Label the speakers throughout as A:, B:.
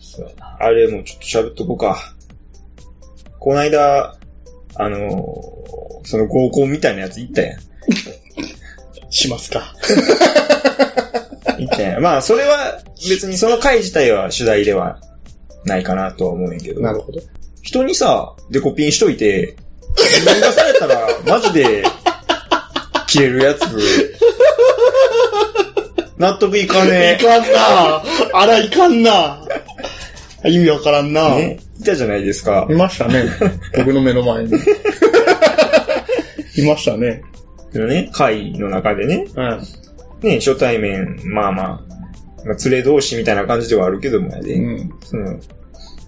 A: そうやなあれもちょっと喋っとこうか。こないだ、あのーその合コンみたいなやつ行ったやん。
B: しますか。
A: 行ったや ん。まあ、それは別にその回自体は主題ではないかなとは思うんやけど。
B: なるほど。
A: 人にさ、デコピンしといて、自分がされた ら、マジで、消えるやつ。納得いか
B: い
A: ね
B: かんなあら、いかんな意味わからん
A: え。
B: な、
A: ね、いたじゃないですか
B: い。ました ね。僕の目の前に。いましたね。
A: でね、会の中でね、
B: うん。
A: ね、初対面、まあまあ、まあ、連れ同士みたいな感じではあるけどもやで、
B: うん。
A: その、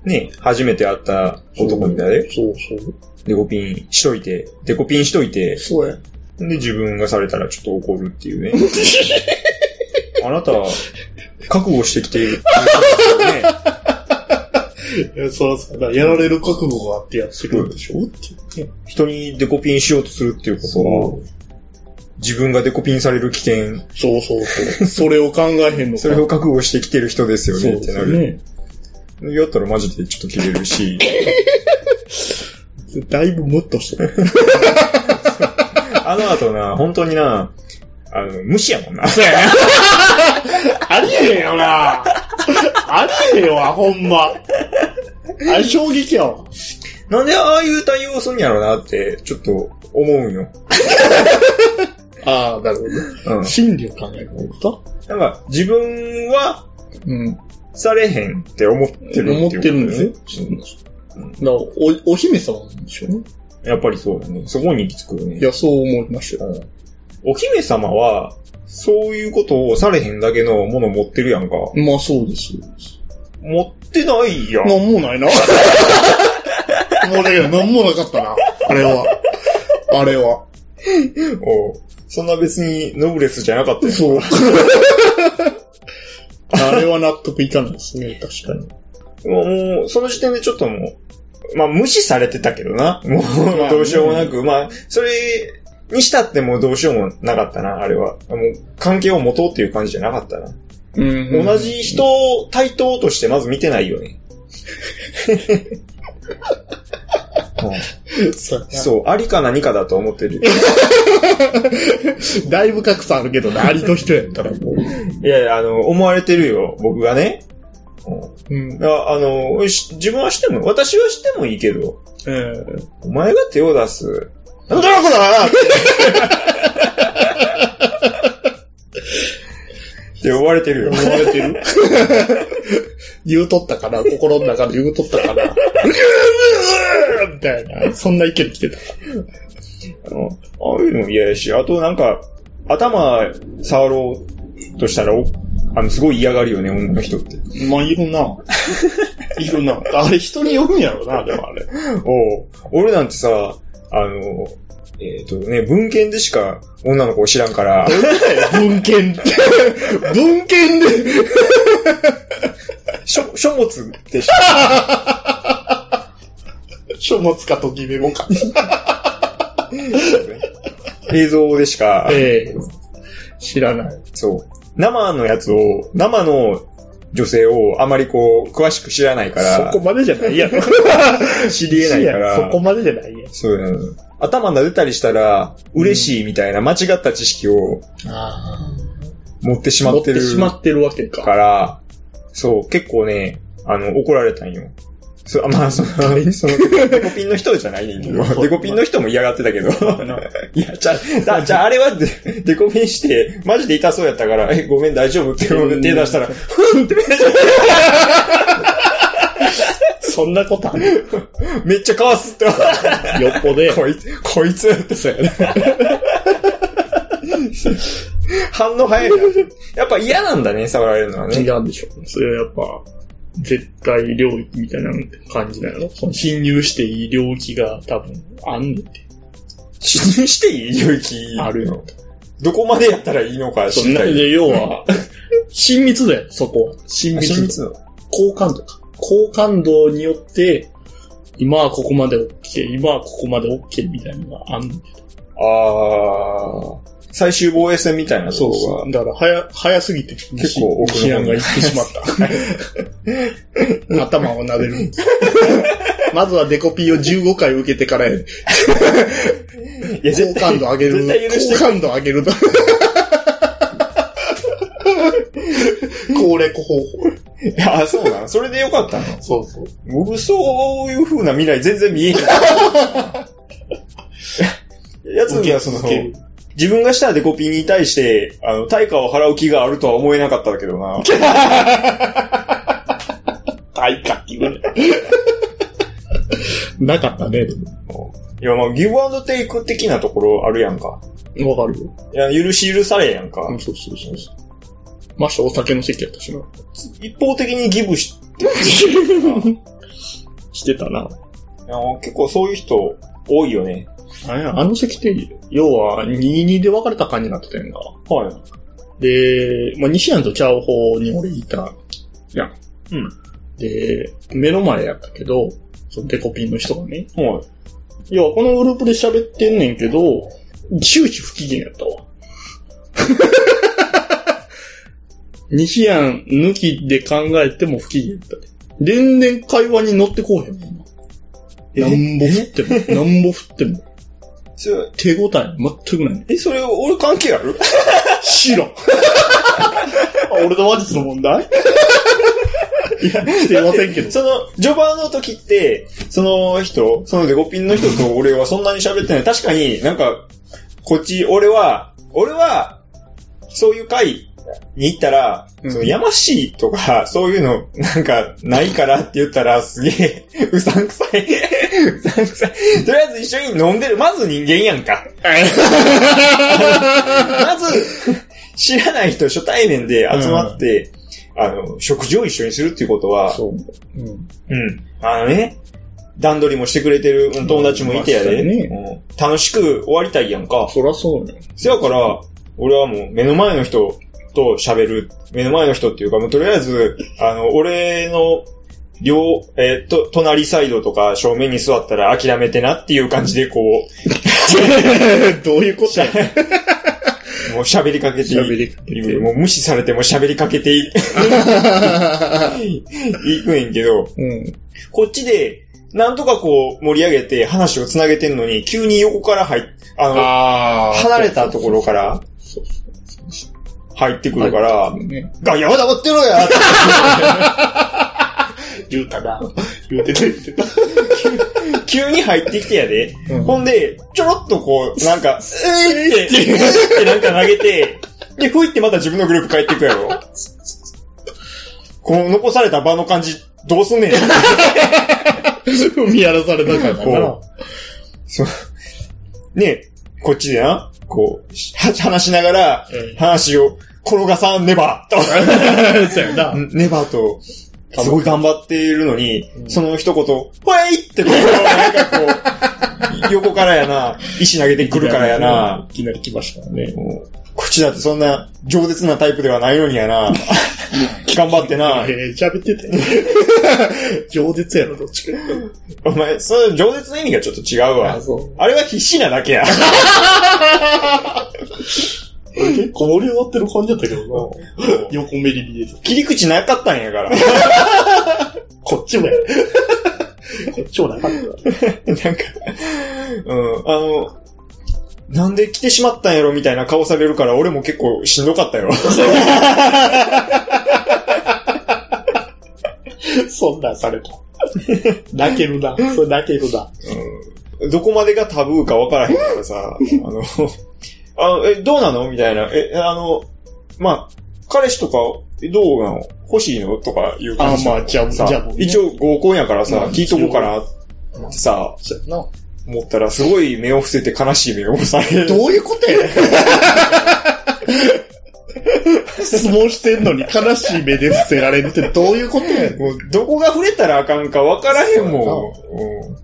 A: ね、初めて会った男にだね、
B: そうそう。
A: デコピンしといて、デコピンしといて、
B: そうや。
A: で、自分がされたらちょっと怒るっていう ね。あなた、覚悟してき ているっていうことですよね。
B: いや、そらそうだ。やられる覚悟があってやってくるんでしょ、って言って。
A: 人にデコピンしようとするっていうことは、
B: う。
A: 自分がデコピンされる危険、
B: そうそうそう。それを考えへんのか。
A: それを覚悟してきてる人ですよ
B: そう
A: ねっ
B: で
A: てな
B: す
A: る。
B: ね。
A: やったらマジでちょっと切れるし、
B: だいぶムッとしてる。
A: あの後な、本当にな、あの、無視やもんな。
B: ありえへんよな。ありえへんわ、ほんま。あれ衝撃やわ。
A: なんでああいう対応するんやろうなって、ちょっと思うんよ。
B: ああ、なるほ
A: うん
B: ど。。心理を考えること
A: なんか、自分は
B: うん。
A: されへんって思ってるっていう
B: 思ってるんですよ
A: こと。
B: だから、お、お姫様なんでしょうね。
A: ねやっぱりそうだね。そこに行き着くよね。
B: いや、そう思いましたよ。
A: うんお姫様は、そういうことをされへんだけのもの持ってるやんか。
B: まあ、そうですよ。
A: 持ってない やん。
B: なんもないな。もうだけど、なんもなかったな。あれは。あれは。
A: おうそんな別にノブレスじゃなかったよ。
B: そう。あれは納得いかないですね、確かに。
A: もう、もうその時点でちょっともう、まあ無視されてたけどな。 も
B: ま
A: う、
B: あ
A: どうしようもなく。まあ、それにしたってもうどうしようもなかったな、あれは。もう、関係を持とうっていう感じじゃなかったな。
B: うん
A: 同じ人を対等としてまず見てないよね。うん
B: そうやな
A: そう、ありか何かだと思ってる。
B: だいぶ格差あるけどな、ありと人やったらもう。
A: いやいや、あの、思われてるよ、僕がね。うん
B: うん。
A: ああの、し自分はしても、私はしてもいいけど、
B: えー、
A: お前が手を出す。
B: なんだこだな
A: って思われてるよ。
B: 思われてる言うとったかな心の中で言うとったか なみたいな。そんな意見来てた。
A: あのああいうのも嫌やし、あとなんか、頭触ろうとしたら、おあの、すごい嫌がるよね、女の人って。
B: まあ、いる な。いるな。あれ人によるんやろな、でもあれ。
A: おう俺なんてさ、あの、えっ、とね、文献でしか女の子を知らんから、
B: 文献って。 文献で。
A: 書書物ってし
B: 書物かときメモか。
A: 映像でしか、
B: ええ知らない。
A: そう。生のやつを、生の女性をあまりこう、詳しく知らないから、
B: そこまでじゃ ないやろ。
A: 知り得ないから、
B: そこまでじゃないや
A: そうやな頭撫でたりしたら、嬉しいみたいな間違った知識を
B: ああ。
A: 持ってしまってる
B: 持しまってるわけか。
A: から、そう、結構ね、あの、怒られたんよ。そあまあ、その、その、デコピンの人じゃないねん けど、デコピンの人も嫌がってたけど、 いや、じゃあ、だじゃああれはデ、デコピンして、マジで痛そうやったから、え、ごめん、大丈夫って思って手出したら、ふんって
B: そんなことある
A: めっちゃかわすって、
B: よっぽどや
A: こいつ、こいつってそうやね。 反応早いな。やっぱ嫌なんだね、触られるのはね。
B: 違うんでしょ。それはやっぱ、絶対領域みたいな感じなのその侵入していい領域が多分あんねんて。
A: 侵入していい領域。
B: あるよ。
A: どこまでやったらいいのか
B: そ
A: 知
B: ん
A: り
B: な
A: たい。
B: で、要は、 親密だよ、そこは。親密
A: 親
B: 度。
A: 密なの。
B: 好感度か。好感度によって、今はここまで OK、今はここまで OK みたいなのがあんねんて
A: あー。最終防衛戦みたいなとこ
B: そうそう。だから、早、早すぎて、
A: 結構奥の方に
B: 西安が行ってしまった。 頭を撫でる。まずはデコピーを15回受けてからやで、
A: いや、
B: 好
A: 絶対
B: 感度上げ
A: 絶対
B: る。
A: 許して
B: 好感度上 げる。攻略方法。
A: いや、 あそうなの。それでよかったの。
B: そうそう。
A: 僕、そういう風な未来全然見えへ ん。やつにはその
B: 受、ける
A: 自分がしたデコピンに対して、あの、対価を払う気があるとは思えなかったけどな。
B: 対価って言われた。なかったね。
A: いや、まあ、ギブアンドテイク的なところあるやんか。
B: わかるよ。
A: いや、許し許されやんか。
B: うんそうそうそうそう。ましてお酒の席やったしな。
A: 一方的にギブし、
B: してたな。
A: いや結構そういう人多いよね。
B: あれあの席って、要は2-2で別れた感じになってたやんか。
A: はい。
B: で、まあ、西安とちゃう方に俺いたやん。
A: うん。
B: で、目の前やったけど、そのデコピンの人がね。
A: はい。
B: 要はこのグループで喋ってんねんけど、終始不機嫌やったわ。 西安抜きで考えても不機嫌やったで。全然会話に乗ってこうへんもんな。
A: え
B: なんぼ振って も、なんぼ振っても、
A: そ
B: 手応え全くないね。
A: え、それ、俺関係ある
B: 知らん あ俺の話術の問題 いや、してませんけ ど。
A: その、序盤の時って、その人、そのデコピンの人と俺はそんなに喋ってない。確かになんか、こっち、俺は、俺は、そういう会に行ったら、
B: うん
A: そのやましいとか、そういうの、なんか、ないからって言ったら、すげえ、うさんくさい。うさんくさい。とりあえず一緒に飲んでる。まず人間やんか。まず、知らない人初対面で集まって、あの、食事を一緒にするっていうことは、
B: そう。うん。
A: うん。あのね、段取りもしてくれてるうん友達もいてや
B: まあ
A: で、
B: そう
A: う
B: や
A: ん楽しく終わりたいやんか。
B: そらそうね。
A: せやから、俺はもう目の前の人と喋る。目の前の人っていうか、もうとりあえず、あの、俺の、両、えっと、隣サイドとか正面に座ったら諦めてなっていう感じでこう、
B: どういうことや
A: もう喋りかけてい
B: 喋りかけて
A: もう無視されても喋りかけてい いくねんけど、
B: うん。
A: こっちで、なんとかこう盛り上げて話を繋げてんのに、急に横から入っ、あの、
B: あ
A: 離れたところから
B: そうそうそう。
A: 入ってくるから、
B: ね、
A: ガヤだ、黙ってろ やって
B: 言うたな。言うてた言うてた。
A: 急に入ってきてやで。
B: うん
A: ほんで、ちょろっとこう、なんか、えーって、えーってなんか投げて、で、ふいってまた自分のグループ帰ってくやろ。この残された場の感じ、どうすんねん。
B: 見やらされたからな
A: こ。う、そう、ねこっちでな、こう、は話しながら
B: うん、
A: 話を転がさんねばと。
B: そうやな。
A: ネバーと、すごい頑張っているのに、
B: うん
A: その一言、ほえいってこう、なんかこう、横からやな、石投げてくるからやな、。
B: いきなり来ましたからね。
A: もうこっちだってそんな、饒舌なタイプではないのにやな、頑張ってな、
B: えー、喋 ってて。饒舌やろ、どっちか。
A: お前、その饒舌の意味がちょっと違うわ。
B: そう。
A: あれは必死なだけや。
B: 俺結構盛り上がってる感じやったけどな。横目に見えてた。
A: 切り口なかったんやから。
B: こっちもや。こっちもなかった。
A: なんか、うん、あの、なんで来てしまったんやろみたいな顔されるから、俺も結構しんどかったよ。
B: そんなんされた。泣けるな。それ泣けるな。
A: うんどこまでがタブーかわからへんから さ、あの、あのえ、どうなのみたいな。え、あの、まあ、彼氏とか、えどうなの欲しいのとかいう感じ。
B: あまあじゃあ
A: さ
B: じゃあもうね
A: 一応合コンやからさ、
B: まあ
A: 聞いとこうかなってさ、
B: そうやな。
A: 思ったらすごい目を伏せて悲しい目をされる。
B: どういうことやねん質問してんのに悲しい目で伏せられるってどういうことやねん
A: もうどこが触れたらあかんかわからへんもん。うん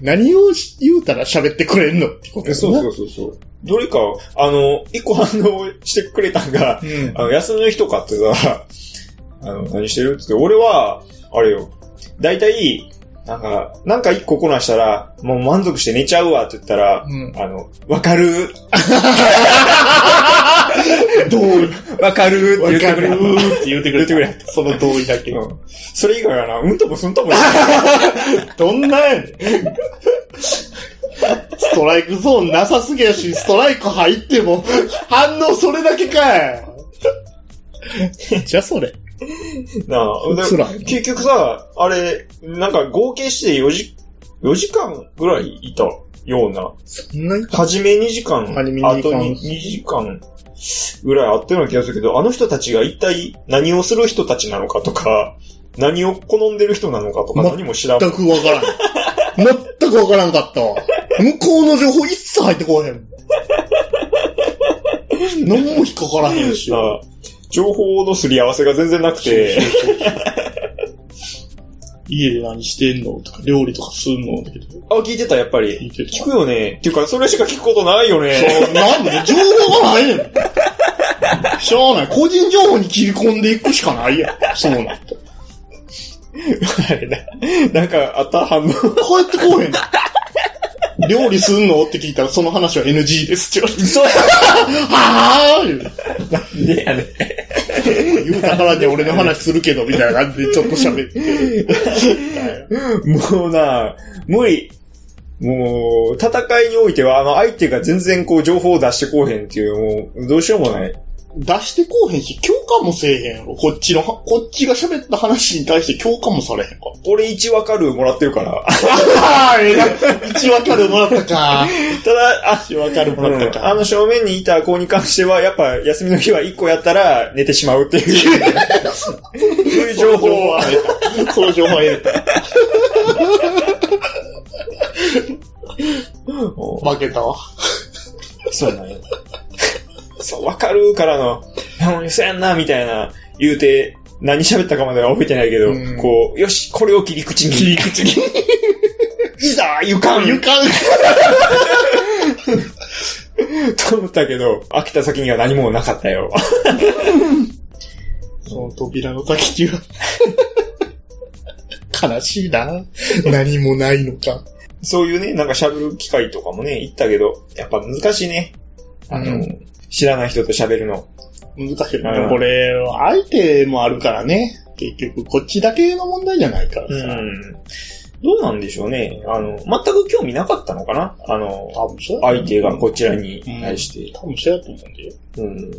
B: 何を言うたら喋ってくれんのってこと
A: え
B: や。
A: そうそううそうそう。どれか、あの、一個反応してくれたんが、
B: うん
A: あの、休みの日とかってさ、 あの、何してるって言って、俺は、あれよ、大体、なんか、なんか一個こなしたら、もう満 足して寝ちゃうわって言ったら、
B: うん
A: あの、わかる
B: 同意。
A: わかるーって言っ
B: わ
A: て
B: か
A: く
B: る
A: れ
B: ー。って言ってくれた。
A: 言って
B: その同意だけ。
A: うんそれ以外はな、うんともすんとも言わない
B: どんなやねん。ストライクゾーンなさすぎやし、ストライク入っても、反応それだけかい。じゃあそれ。
A: なあ、で
B: 辛いな
A: 結局さ、あれ、なんか合計して4時、4時間ぐらいいたような。
B: そんなに
A: 初め2時間、
B: 初め2時間
A: 後に2時間ぐらいあったような気がするけど、あの人たちが一体何をする人たちなのかとか、 何を好んでる人なのかとか
B: ま
A: 何も知らん。
B: 全くわからん。全くわからんかったわ。向こうの情報一切入ってこうへん。何も引っかからへんし。
A: なあ情報のすり合わせが全然なくて、
B: 家で何してんのとか、料理とかすんのだけど、
A: あ、聞いてた、やっぱり。
B: 聞いてる
A: 聞くよね。っていうか、それしか聞くことないよね。
B: そう、なんで情報がないねん。しゃあない。個人情報に切り込んでいくしかないやん。そうなって。
A: あれだ なんか、あった反応。
B: 帰ってこうへんの。料理すんのって聞いたら、その話は NG ですって言われて。
A: 嘘や
B: はぁー言う
A: でやねん。
B: 言うたからに俺の話するけど、みたいな感じでちょっと喋って。
A: もうな、無理。もう、戦いにおいては、あの、相手が全然こう、情報を出してこうへんっていう、もう、どうしようもない。
B: 出してこうへんし、共感もせえへんやろ。こっちの、こっちが喋った話に対して共感もされへんか。
A: 俺1わかるもらってるから。
B: ああ、ええな。一分かるもらったか。
A: ただ、あ、
B: 一分かるもらった
A: うんあ
B: か。
A: の正面にいた子に関しては、やっぱ休みの日は1個やったら寝てしまうっていう。そういう情報は。
B: 得た。その情報は得た。 負けたわ。
A: そうなんや。そう、わかるからの、いやもうそうやんな、みたいな、言うて、何喋ったかまでは覚えてないけど、
B: うん
A: こう、よし、これを切り口に。切り口に。いざ、ゆかん
B: ゆかん。
A: と思ったけど、飽きた先には何もなかったよ。
B: その扉の先には。 悲しいな。何もないのか。
A: そういうね、なんか喋る機会とかもね、行ったけど、やっぱ難しいね。あの、
B: う
A: 知らない人と喋るの。
B: 難しい
A: うん
B: な。これ、相手もあるからね。結局、こっちだけの問題じゃないから
A: う
B: さ。
A: ん。どうなんでしょうね。あの、全く興味なかったのかなあの、
B: 多分そうや
A: 相手がこちらに対して。
B: 多分そうやと思うんだよ。
A: うん。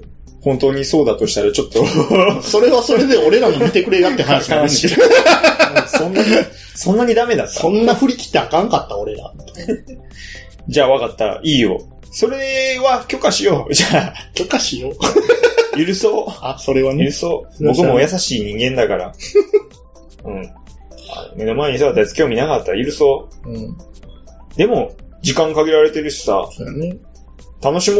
A: 本当にそうだとしたらちょっと、
B: それはそれで俺らも見てくれやって話なんですよ。
A: そんなに、そんなにダメだった
B: そ。んな振り切ってあかんかった俺ら。
A: じゃあ分かった。いいよ。それは許可しよう。 じゃ
B: 許可しよう。
A: あ、許そう。
B: あ、それは
A: 郵送
B: ね。そう
A: 僕も優しい人間だから。うん。あ目の前に座ったやつ興味なかったら許そ
B: うん。
A: う。でも、時間限られてるしさ、
B: そうやね。
A: 楽しも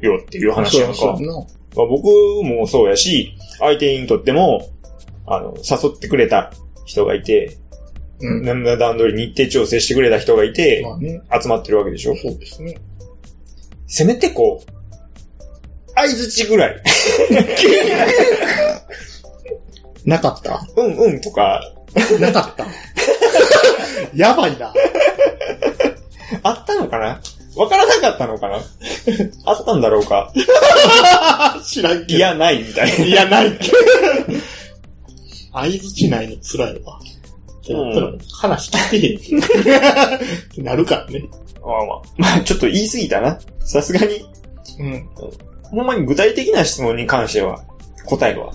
A: うよっていう話
B: そう
A: や
B: や
A: ん
B: そう
A: か
B: や。な。
A: まあ、僕もそうやし、相手にとっても、あの、誘ってくれた人がいて、
B: うん。
A: なんだ段取り日程調整してくれた人がいて
B: ま、あね。
A: 集まってるわけでしょ。
B: そうですね。
A: せめてこう、相槌ぐらい、
B: なかった
A: うんうんとか、
B: なか った。やばいな。
A: あったのかなわからなかったのかな あったんだろうか
B: 知らんけど。
A: い、や、ないみたい な。
B: いや、ない。相づちないの辛いわ。ってなったら
A: うん
B: 話聞いてへん。ってなるからね。
A: まあまあ。まあ、ちょっと言い過ぎたな。さすがに。
B: うん。
A: ほんまに具体的な質問に関しては、答えは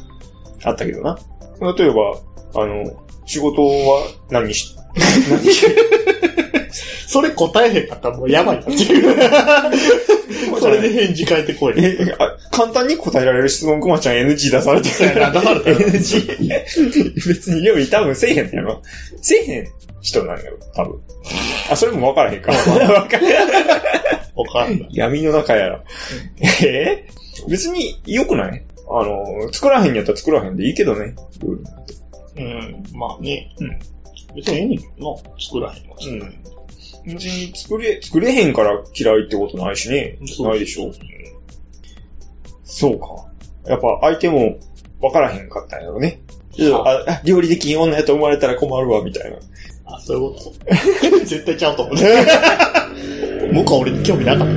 A: あったけどな。例えば、あの、仕事は何し、何し、
B: それ答えへんかったらもうやばいなっていう。それで返事返ってこい。
A: えあ簡単に答えられる質問、くまちゃん NG 出されて
B: そうやな出された よ
A: NG? 別に料理多分せえへんやろ。せえへん人なんやろ、多分。あ、それも分から へんか。分からへん
B: わかんない。
A: 闇の中やら。えー別に良くないあの、作らへんやったら作らへんでいいけどね。
B: うん。まあね。
A: うん。
B: 別にええねんけどな。作らへんわ。
A: うん。別に作れ、作れへんから嫌いってことないしね。
B: そう
A: ないでしょ。そうか。やっぱ相手も分からへんかったんやろね。あ、あ料理できん女やと思われたら困るわ、みたいな。
B: あ、そういうこと 絶対ちゃうと思う。向こう俺に興味なかった。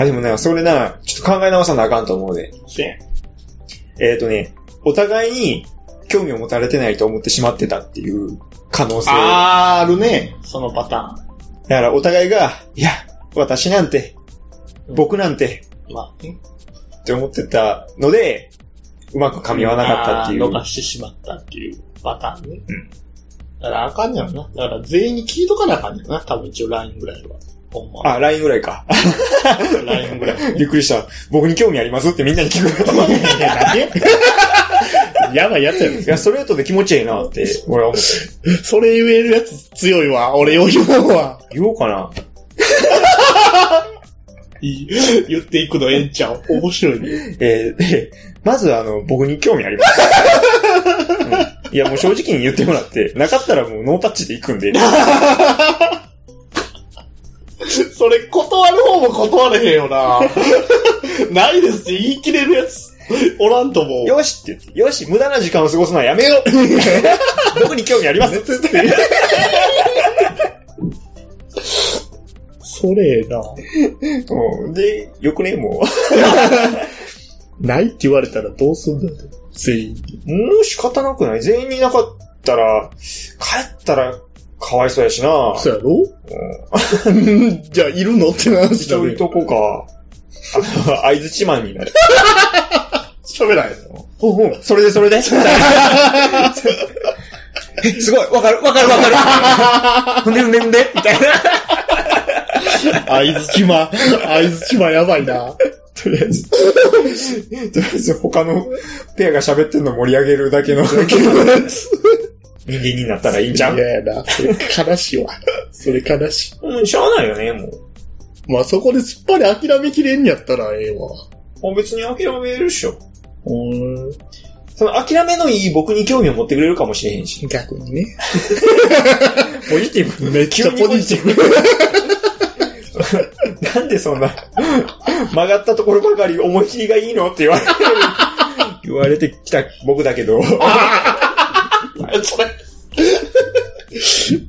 A: あ、でもな、それな、ちょっと考え直さなあかんと思うで。
B: せやん。
A: えっ、とね、お互いに興味を持たれてないと思ってしまってたっていう可能性。だ
B: あー、あるね。そのパタ
A: からお互いが、いや、私なんて、
B: うん
A: 僕なんて、
B: ーン。まあね。
A: って思ってたので、うまく噛み合わなかったっていう。
B: あー逃してしまったっていうパターンね。
A: うん
B: だからあかんねやろな。だから全員に聞いとかなあかんねやろな。多分一応 LINE ぐらいは。ほんまは。
A: あ、LINE ぐらいか。
B: LINE ぐらい。
A: びっくりした。僕に興味ありますってみんなに聞くことい
B: いや、なんでやばいやつや
A: や、ストレートで気持ちいいなって、俺は思っ
B: それ言えるやつ強いわ。俺よ、今のは。
A: た。言おうかな。
B: いい。言っていくのええんちゃう。面白いね。
A: えーで、まずあの、僕に興味あります。うんいや、もう正直に言ってもらって、なかったらもうノータッチで行くんで。
B: それ断る方も断れへんよな。 ないですって言い切れるやつ、おらんと思う。
A: よしって言って、よし、無駄な時間を過ごすのはやめよう僕に興味ありますって言って。
B: それな。
A: うんで、よくね、も
B: ないって言われたらどうすんだよ。全員に。
A: う。もう仕方なくない全員にいなかったら、帰ったら、かわいそうやしな。
B: そうや
A: う
B: ろ
A: ん
B: じゃあ、いるのって話
A: 一
B: だ
A: 人
B: ね。
A: とこか。あづちマンになる。
B: 喋らへん
A: ほうほう、それで それで。すごい、わかる、わかる、わかる。ふんでふんでふんで、みたいな。
B: の。合図島、合図島やばいな。
A: とりあえず、とりあえず他のペアが喋ってんの盛り上げるだけの人間になったらいいんじゃん
B: 嫌やな。それ悲しいわ。それ悲しい。
A: うん、しゃあないよね、もう
B: まあそこですっぱり諦めきれんやったらええわ。。
A: もう別に諦めるっしょ。
B: うん。
A: その諦めのいい僕に興味を持ってくれるかもしれへんし。
B: 逆にね。
A: ポジティブ。
B: めっちゃポジティブ。
A: なんでそんな、曲がったところばかり思い切りがいいのって言われて、言われてきた僕だけど、
B: それ。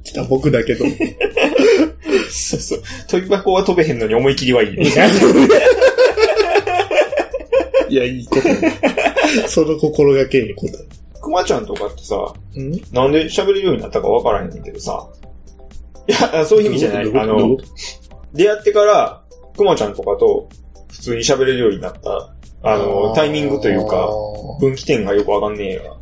B: 来た僕 だけど。
A: そうそう、飛び箱は飛べへんのに思い切りはいい。
B: いや、いいこと。その心がけええこと。
A: 熊ちゃんとかってさ、
B: ん
A: なんで喋れるようになったかわからへんねんけどさ、いや、そういう意味じゃない。あの、、出会ってから、熊ちゃんとかと普通に喋れるようになった、あの、タイミングという
B: あー
A: か、分岐点がよくわかんねえよな。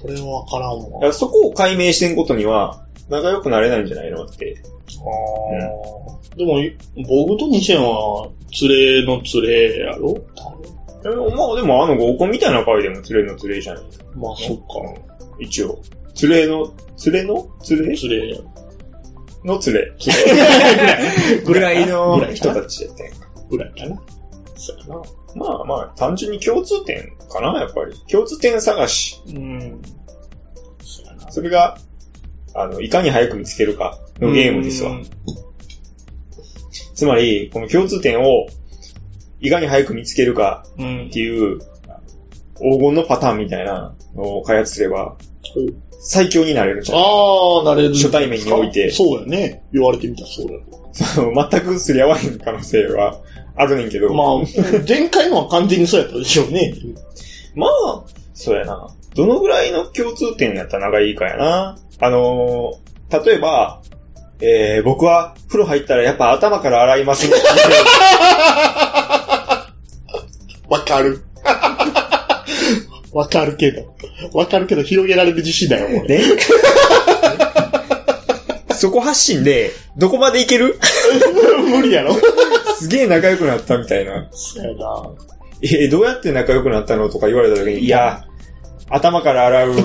B: それはわからん
A: だ
B: わ。
A: からそこを解明してんことには、仲良くなれないんじゃないのって。
B: あーでも、僕と西山は、連れの連れやろ
A: えまあでもあの合コンみたいな回でも連れの連れじゃん。
B: まあ、そっか。
A: 一応。連れの、連れの連れ
B: 連れやろ。
A: の連れ。
B: ぐらい
A: の
B: ぐらい
A: 人たちやったんや
B: ぐらいかな。そうやな。
A: まあまあ、単純に共通点かな、やっぱり。共通点探し。
B: うん。そうやな。
A: それが、あの、いかに早く見つけるかのゲームですわ。つまり、この共通点を、いかに早く見つけるか
B: うん
A: っ。ていう、黄金のパターンみたいなのを開発すれば、最強になれるんじゃん。
B: ああ、なれる。
A: 初対面において
B: そうやね。言われてみたらそうやわ
A: 全くすり合わへん可能性はあるねんけど。
B: まあ、前回のは完全にそうやったでしょうね。
A: まあ、そうやな。どのぐらいの共通点やったら仲いいかやな。あのー、例えば、えー、僕は風呂入ったらやっぱ頭から洗いますね。
B: わかる。 わかるけど。わかるけど、広げられる自信だよ、俺。
A: ね そこ発信で、どこまでいける
B: 無理やろ。
A: すげえ仲良くなったみたいな。
B: そうやな。
A: えー、どうやって仲良くなったのとか言われた時に、いや、頭から洗う。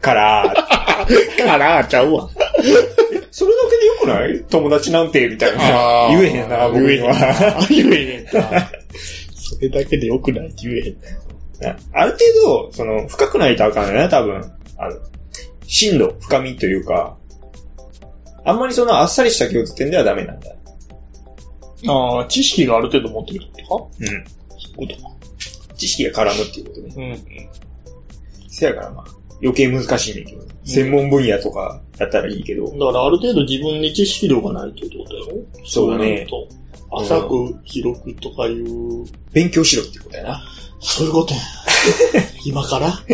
A: から、
B: からちゃうわ。
A: それだけでよくない友達なんて、みたいな。
B: あー
A: 言えへんな、僕には。
B: 言えへんな。それだけで良くないって言えへんな。
A: ねある程度、その、深くないとあかんよね、多分。あの、深度、深みというか、あんまりそのあっさりした共通点ではダメなんだ。
B: ああ、知識がある程度持ってるってこ
A: うん。
B: とかそういうことか。
A: 知識が絡むっていうことね。
B: うん。
A: せやからまあ、余計難しいねんけど。専門分野とかだったらいいけど。
B: だからある程度自分に知識量がないとってことやろ
A: そうだね
B: そうなると。浅く、広くとかいう、
A: 勉強しろってことやな。
B: そういう ことや。今から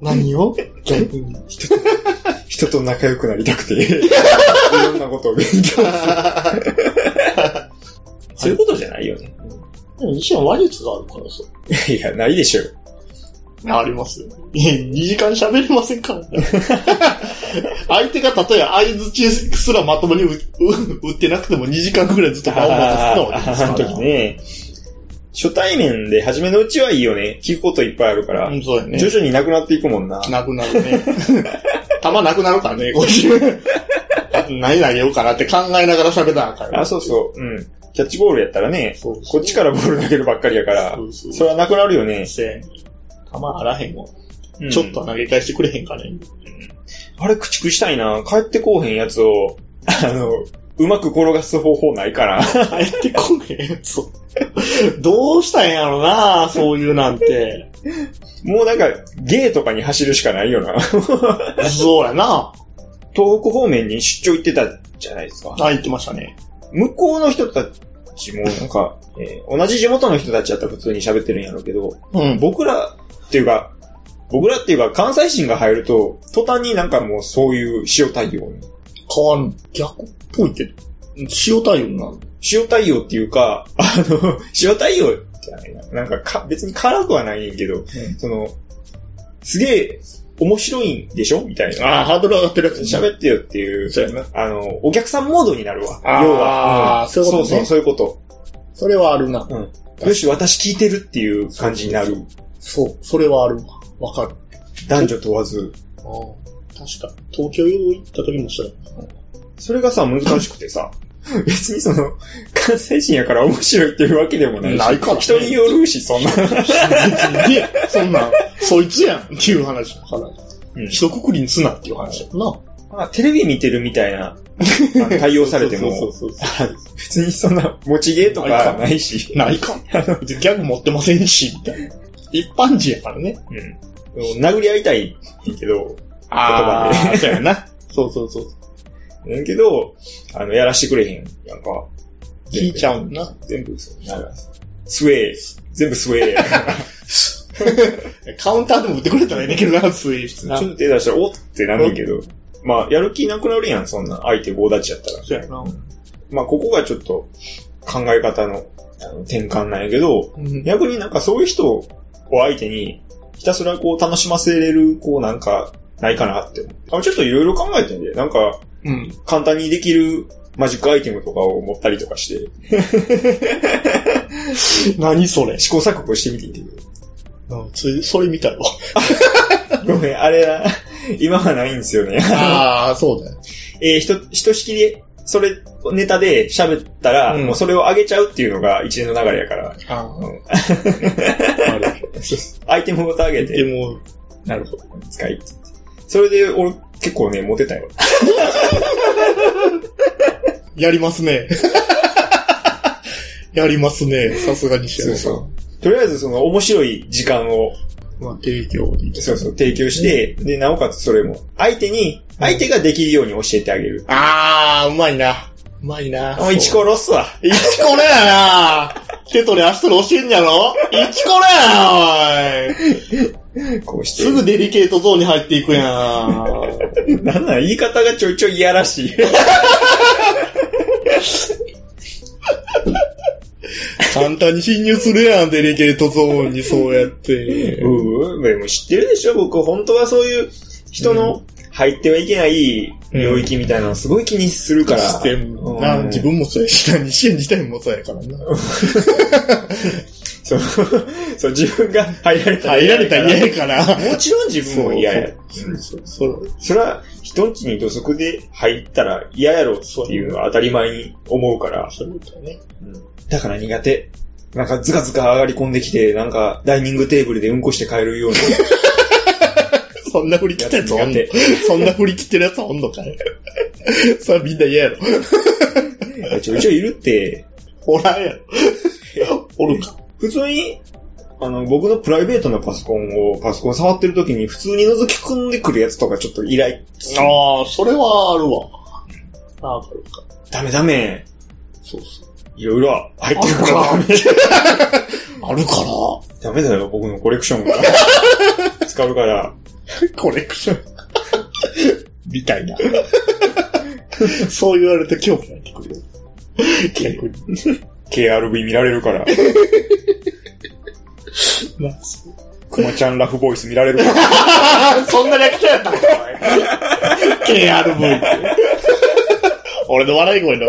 B: 何を逆 に。
A: 人と仲良くなりたく て、いろんなことを勉強。そういうことじゃないよね。
B: でも西は話術があるからさ。
A: いや、ないでしょ。
B: ありますよ。2時間喋れませんから。 相手が例えば相づちすらまともに打打ってなくても2時間くらいずっと顔を待たせ
A: あ
B: たわ
A: の
B: けで
A: 時
B: すから。
A: ね。初対面で初めのうちはいいよね。聞くこといっぱいあるから。
B: うん、そうやね
A: 徐。々になくなっていくもんな。
B: なくなるね。弾なくなるからね、こっち。 何投げようかなって考えながら喋らなあかんよ
A: あ、そうそう。うん。キャッチボールやったらね、
B: そうそ
A: こ
B: う
A: っちからボール投げるばっかりやから
B: そ、うそう
A: それはなくなるよね。
B: せやね弾あらへんわ。
A: うん
B: ちょっと投げ返してくれへんかね。
A: あれ駆逐したいな。帰ってこうへんやつを、あの、うまく転がす方法ない から。
B: 入ってこねえやつを。どうしたんやろなそういうなんて。
A: もうなんか、ゲーとかに走るしかないよ な。
B: そうやな
A: 東北方面に出張行ってたじゃないですか。
B: あ、言ってましたね。
A: 向こうの人たちもなんか、えー同じ地元の人たちだったら普通に喋ってるんやろうけど、
B: うん。
A: 僕らっていうか、僕らっていうか関西人が入ると、途端になんかもうそういう塩対応に。
B: 変わん、逆っぽいけど。塩対応なの
A: 塩対応っていうか、あの、 塩対応じゃないな。なんかか、別に辛くはないねんけど、その、すげえ面白いんでしょみたいな。
B: あー、ハードル上がってるやつ喋
A: 喋ってよっていう、
B: そうやな
A: あの、お客さんモードになるわ。
B: あー
A: 要は、
B: そういうことね
A: そうそう、そういうこと。
B: それはあるな。
A: うん。よし、私聞いてるっていう感じになる。
B: そう、それはあるわ。わかる。
A: 男女問わず。
B: あー確か、東京行った時もそうや
A: それがさ、難しくてさ、別にその、関西人やから面白いっていうわけでもないし。
B: ないからね
A: 人によるし、そんな。
B: 別 にね、そんなん、そいつやんっていう話だから。
A: うん
B: 一括りにすなっていう話だもんな。
A: まあ、テレビ見てるみたいな、あの対応されて
B: そう
A: も、
B: そうそうそ
A: 別にそんな、持ち芸とかないし
B: う。。 ないか。別にギャグ持ってませんし、みたいな。一般人やからね。言
A: うん。殴り合いたいけど、
B: 葉
A: あー
B: で。そうやな。そうそうそう。
A: うんけど、あの、やらしてくれへん。なんか、
B: 聞いちゃうんな。
A: 全部、そうなんかスウェー、全部スウェー。
B: カウンターでも打ってくれたらいいんだけどな、スイーツ
A: ちょっと手出したら、おってなんねんけど、まあ、やる気なくなるやん、そんな。相手棒立ちやったら。
B: そうやな。
A: まあ、ここがちょっと考え方のあの転換なんやけど、
B: うん
A: 逆になんかそういう人を相手に、ひたすらこう楽しませれる、こうなんか、ないかなって。あちょっといろいろ考えてんで、なんか、
B: うん。
A: 簡単にできるマジックアイテムとかを持ったりとかして、
B: 何それ。
A: 試行錯誤してみていいって
B: うんそれそれ見た
A: い
B: よ。
A: う。ごめん、あれな、今はないんですよね。
B: ああ、そうだよ。
A: えー、ひと、ひとしきり、それ、ネタで喋ったら、
B: うん
A: もうそれを上げちゃうっていうのが一連の流れやから、
B: あー
A: うん
B: あれ。
A: アイテムごと上げて、
B: でも、
A: なるほど。使い。それで、俺、結構ね、モテたよ。
B: やりますね。やりますね。さすがにし
A: とりあえず、その、面白い時間を、
B: まあ、提供でいい
A: そうそう、提供して、で、なおかつそれも、相手に、相手ができるように教えてあげる。
B: あー、うまいな。うまいな。
A: もう、一コロっすわ。
B: そう。一コロやな。手取り足取り教えんやろ一コロやな、おい。
A: こうして。
B: すぐデリケートゾーンに入っていくやん。
A: なんなん、言い方がちょいちょいいやらしい。
B: 簡単に侵入するやん、デリケートゾーンにそうやって。
A: うん、でも知ってるでしょ僕、本当はそういう、人の入ってはいけない領域みたいなのすごい気にするから。
B: してんのな
A: うん
B: 自分もそうやしな、西園自体もそうやからな。
A: そう、 そう、自分が入られたら
B: 入られたら嫌やから。
A: もちろん自分も嫌や。
B: そうそうそう。
A: それは人んちに土足で入ったら嫌やろっていうのは当たり前に思うから。
B: そういうことね。
A: だから苦手。なんかズカズカ上がり込んできて、なんかダイニングテーブルでうんこして帰るような
B: そんな振り切った
A: やつ
B: やつお
A: 苦
B: んの
A: 手。
B: そんな振り切ってるやつおんのかいそれみんな嫌やろ。
A: ちょいちょいいるって、
B: おらんやろ。おるか。
A: 普通にあの、僕のプライベートなパソコンを、パソコン触ってる時に普通に覗き込んでくるやつとかちょっと依頼。
B: ああ、それはあるわ。なんかか。
A: ダメダメ。
B: そうそう。
A: いろいろ入ってくるから
B: あ
A: ダ
B: る
A: メ。
B: かな あるか
A: ダメだよ、僕のコレクシ ョンが。使うから。
B: なコレクション。 みたいな。 そう言われて興味ないってくるよ。逆に。
A: KRV 見られるから。
B: まあ、そう
A: クマちゃんラフボイス見られるから。
B: そんな略者や ったの ?KRV って。俺の笑い声の、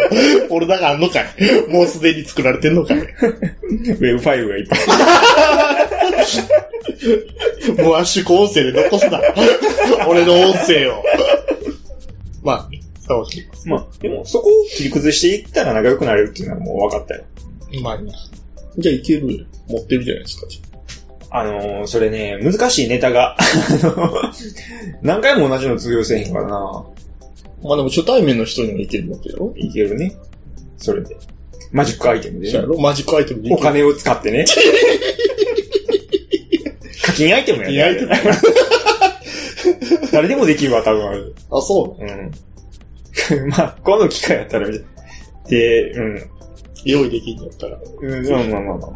B: 俺だがあんのかいもうすでに作られてんのかい
A: ウェブファイルがいっぱい。
B: もう圧縮音声で残すな。俺の音声を。まあ、そうします。
A: まあ、でもそこを切り崩していったら仲良くなれるっていうのはもう分かったよ。
B: まあ、じゃあいける持ってるじゃないですか。
A: あのー、それね、難しいネタが。あの何回も同じの通用せえへんからな。
B: まあでも初対面の人にもいけるわけやろ
A: いけるね。それで。マジックアイテム
B: そう
A: で
B: や
A: ね。
B: ろマジックアイテムでい
A: お
B: ける。
A: 金を使 ってね。課金アイテムやね。
B: 課金アイ
A: 誰でもできるわ、多分あれ。
B: あ、そう。
A: うん。 まあ、この機会やったら、で、うん。
B: 用意できんだったら
A: うん、まあまあまあまあ。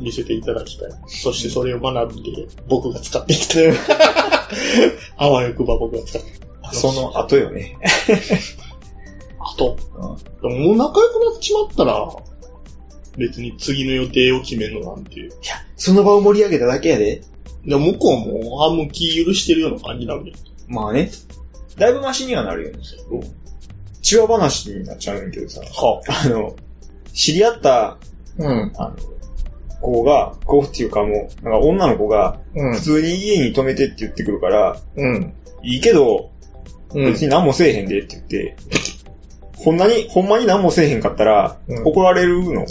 B: 見せていただきたい。そしてそれを学んで、僕が使っていき たい。あわよくば僕が使って。
A: その後よね。
B: あと、でももう仲良くなっちまったら、別に次の予定を決めるのなんていう。
A: その場を盛り上げただけやで。
B: でも向こうも半分気許してるような感じなんで。
A: まあね。だいぶマシにはなるよね。チワ話になっちゃうんやけどさ。
B: は
A: あの、知り合った
B: うん。
A: 子が、子っていうかもう、なんか女の子が、
B: う
A: 普。通に家に泊めてって言ってくるから、
B: うん。
A: いいけど、
B: う
A: 別に何もせえへんでって言って、ほんなに、ほんまに何もせえへんかったら、
B: うん
A: 怒られるの。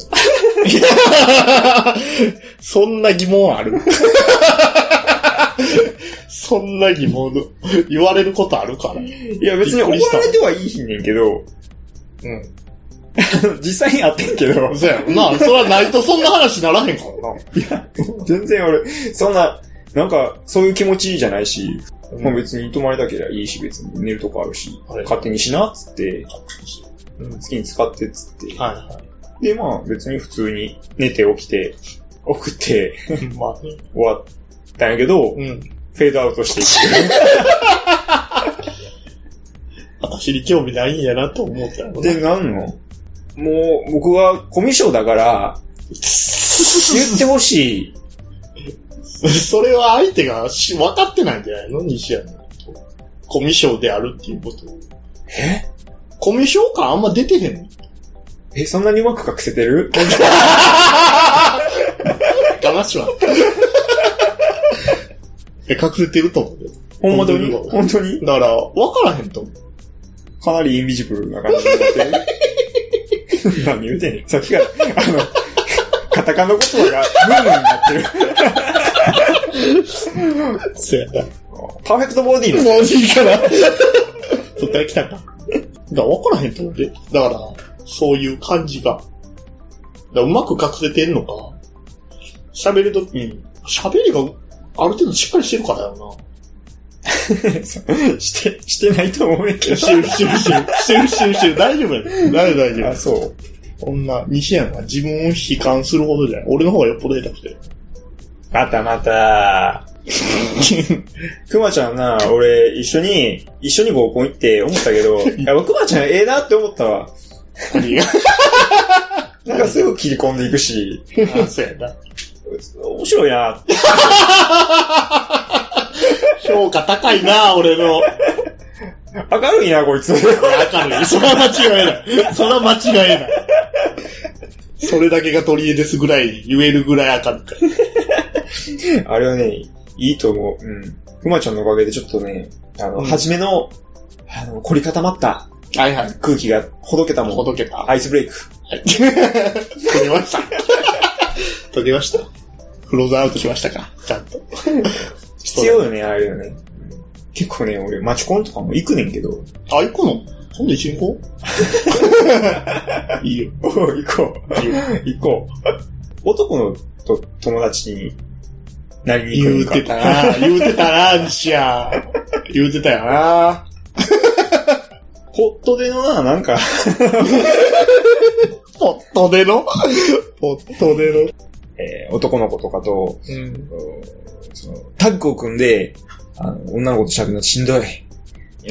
B: そんな疑問あ るそんな疑問の、言われることあるから。う
A: いや別に怒られてはいいひんねんけど、
B: ん。
A: 実際にあってんけど、
B: そうやろな。それはないとそんな話ならへんからな。
A: 全然俺、そんな、なんか、そういう気持ちじゃないし、まあ別に泊まりだけりゃいいし、別に寝るとこあるし、
B: はい
A: 勝手にしなっつって、
B: うん
A: 好きに使ってっつって、
B: は
A: でまあ別に普通に寝て起きて、送って
B: いはい。まあね。
A: 終わったんやけど、
B: うん。
A: フェードアウトしていって。
B: 私に興味ないんやなと思ったよね。
A: で、なんのもう、僕はコミュ障だから、言ってほしい。
B: それは相手がし分かってないんじゃないの西山のこと。コミュ障であるっていうこと。
A: え
B: コミュ障感あんま出てへんの
A: え、そんなにうまく隠せてる
B: 話は。え、隠れてると思うよ。
A: ほんまに
B: 本当に
A: 本当に
B: だから、分からへんと思う。
A: かなりインビジブルな感じに なってる。何言うてんねん。さっきから、あの、カタカナ言葉がブームになってる。
B: そうやな。
A: パーフェクトボディ の。
B: もういいから。そっから来たか。だから分からへんと思うで。だから、そういう感じが。だからうまく隠せてんのか。喋るときに、喋りがある程度しっかりしてるからやろ
A: して、してないと思うねんけ
B: な。
A: ど。
B: してるしてるしてる。してるしてるしてる。大丈夫やで。大丈夫大丈
A: あ、
B: 夫。
A: そう。
B: こんな、西山が自分を悲観するほどじゃない。俺の方がよっぽど下手くて。
A: またま た。くまちゃんな、俺、一緒に、一緒に合コン行って思ったけ ど、いや、くまちゃんええなって思ったわ。
B: 何が
A: なんかすぐ切り込んでいくし、
B: あそうやな。
A: 面白いなって。
B: 評価高いな、俺
A: 明
B: の。
A: るいな、こい つ。
B: 明るい。それは間違いない。それは間違いない。それだけが取り柄ですぐらい言えるぐらい明るいか
A: あれはね、いいと思う。うん。くまちゃんのおかげでちょっとね、あの、
B: うん
A: 初めの、あの、凝り固まった
B: ら。はいはい。
A: 空気がほどけた
B: ほ
A: もん。
B: どけた。は
A: アイスブレイク。
B: い。取れました。取れました。クローズアウトしましたかちゃんと。
A: 必要よね、あれよね。うん結構ね、俺、マチコンとかも行くねんけど。
B: あ、行くの今度一緒に行こういいよ。
A: おう行こう。行こう。男のと友達になりに
B: 言
A: 行
B: う
A: く
B: て
A: のか。
B: たな言うてたな、西や。言うてたよな。
A: ホットでのな、なんか、
B: ポットで のポットでの。
A: えー男の子とかと、
B: うん。
A: そのタッグを組んで、あの女の子と喋るのしんどい。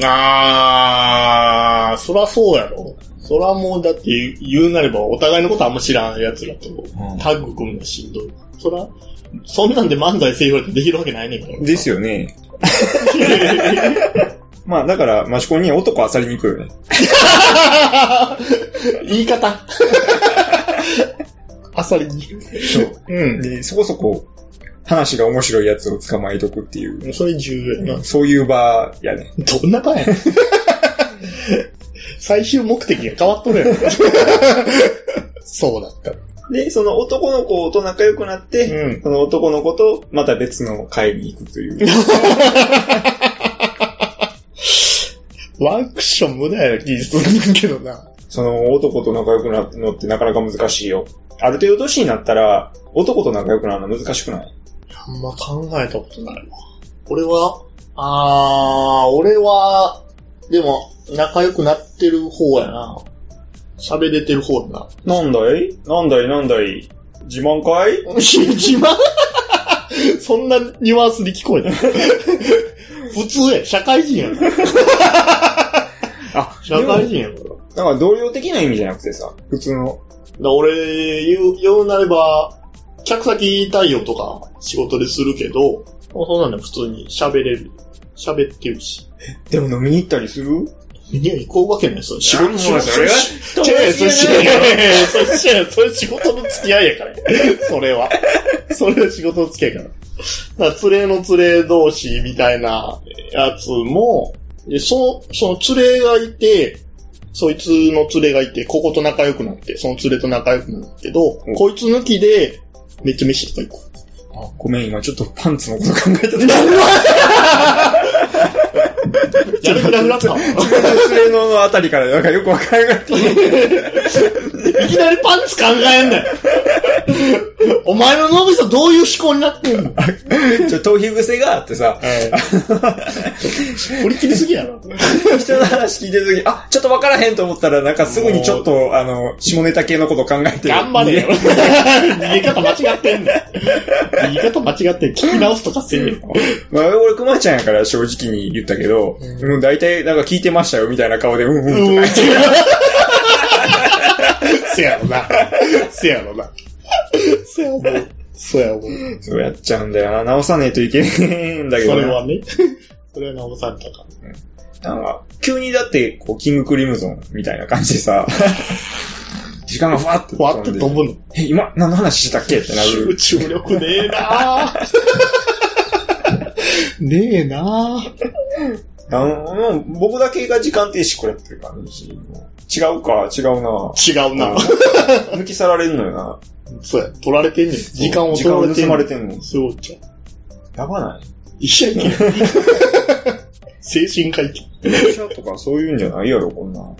B: あー、そらそうやろ。そらもうだって言うなればお互いのことあんま知らんやつらと、タッグ組むのしんどい。そら、そんなんで漫才せよってできるわけないねんから。
A: ですよね。まあだから、マシコに男あさりに行くよね。
B: 言い方。 あさりに。うん。
A: で、そこそこ話が面白いやつを捕まえとくっていう、
B: それ重要やな。
A: そういう場やね。
B: どんな場や 最終目的が変わっとるやん。 そうだった。
A: で、その男の子と仲良くなって、
B: うん。
A: その男の子とまた別の会に行くという。
B: ワンクッション無駄やな気するけどな。
A: その男と仲良くなるのってなかなか難しいよ。ある程度年になったら、男と仲良くなるの難しくない
B: あんま考えたことないわ。俺は、あー、俺は、でも、仲良くなってる方やな。喋れてる方やな。
A: なんだいなんだいなんだい自慢かい
B: 自慢 そんなニュアンスに聞 こえた。普通や、社会人やな。
A: あ、
B: 社会人やから。
A: なんか同僚的な意味じゃなくてさ、普通の。
B: だ俺、言う、言うなれば、客先対応とか仕事でするけど、そんなんでも普通に喋れる。喋ってるし。
A: でも飲みに行ったりする
B: いや、行こうわけない。それ仕事、仕事、
A: それは
B: それそれそれそれそれそれ仕事の付き合いやから。それは。それは仕事の付き合いやから。だから連れの連れ同士みたいなやつも、でその、その連れがいて、そいつの連れがいて、ここと仲良くなって、その連れと仲良くなるけど、
A: うん
B: こいつ抜きで、めっちゃ飯とか行こう。
A: あごめん、今ちょっとパンツのこと考えてた。
B: やる気なくなったわ
A: 連れのあたりからなんかよくわから なかった。
B: いきなりパンツ考えんなよ。お前の脳みそどういう思考になってんの
A: ちょ、頭皮癖があってさ、
B: 振り切りすぎやろ。
A: 人の話聞いてるとき、あ、ちょっとわからへんと思ったら、なんかすぐにちょっと、あの、下ネタ系のこと考えてる。
B: 頑張 れよ。逃げ方間違ってんねん。逃げ方間違ってん。聞き直すとかせんねん。
A: まあ、俺、熊ちゃんやから正直に言ったけど、
B: うん
A: うん、大体、なんか聞いてましたよ、みたいな顔で、うんうんと
B: うん
A: か。
B: せやろな。せやろな。せやろな。そうやもん。
A: そうやっちゃうんだよな。直さねえといけねえんだけ
B: そ
A: ど
B: れ
A: な。
B: はね。それは直されたか。
A: なんか、急にだって、こう、キングクリムゾンみたいな感じで さ、時間がふわっと
B: ふわって
A: んで
B: 飛ぶの。
A: え、今、何の話したっけってな
B: 集
A: る。
B: 中力ねえなぁ。 ねえなぁ。
A: あの、僕だけが時間停止これってる感じ。違うか、違うな。
B: 違うな
A: うん抜き去られんのよな。
B: そうや、取られてんねん。時間を
A: 時
B: 取
A: 間
B: ら
A: を
B: れて
A: 盗まれ
B: んねん。
A: てんの。
B: そうちゃう。
A: やばない。
B: 一緒やけん。精神科医けん。
A: 電車とかそういうんじゃないやろ、こんなん。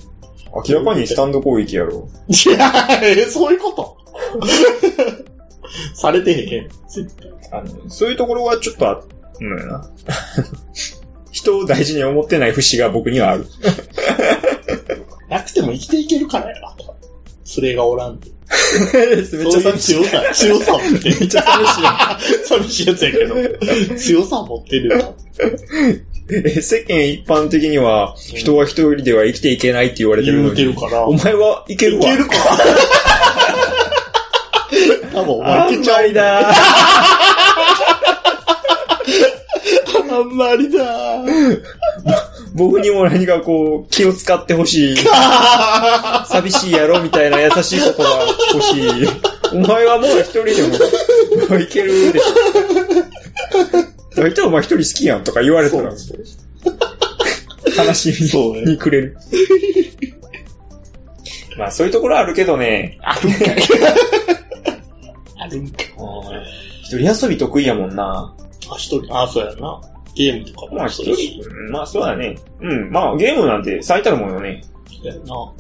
A: 明らかにスタンド攻撃やろ。
B: いや、えそういうこと されてへん。絶対
A: あの、そういうところはちょっとあるのよな。 人を大事に思ってない節が僕にはある。
B: なくても生きていけるからやな。連れがおらんで。
A: めっち
B: そういう強さ、強さを持ってる。
A: めっちゃ寂しいな。
B: 寂しいやつやけど。強さを持ってるよ。
A: え世間一般的には、人は一人では生きていけないって言われてる
B: 言
A: の
B: うてる
A: に。
B: から。
A: お前はいける
B: い
A: わ。
B: けるか多分お
A: あ
B: 前い
A: ん
B: けちゃ
A: ま
B: う
A: り。だ。
B: あんまりだ。
A: 僕にも何かこう、気を使ってほしい。 寂しいやろみたいな優しいことが欲しい。お前はもう一人でも、いけるでしょ。大体お前一人好きやんとか言われたら、悲し
B: そう
A: み
B: ね
A: にくれる。 まあそういうところはあるけどね、
B: あるんかい。あるんかい。
A: 一人遊び得意やもんな。
B: あ、一人。あ、そうやな。ゲームとか
A: まあ
B: も
A: 一
B: そうやし
A: 人、うんまあそうだね。うん、まあゲームなんて最たるもんよね。
B: そうやな。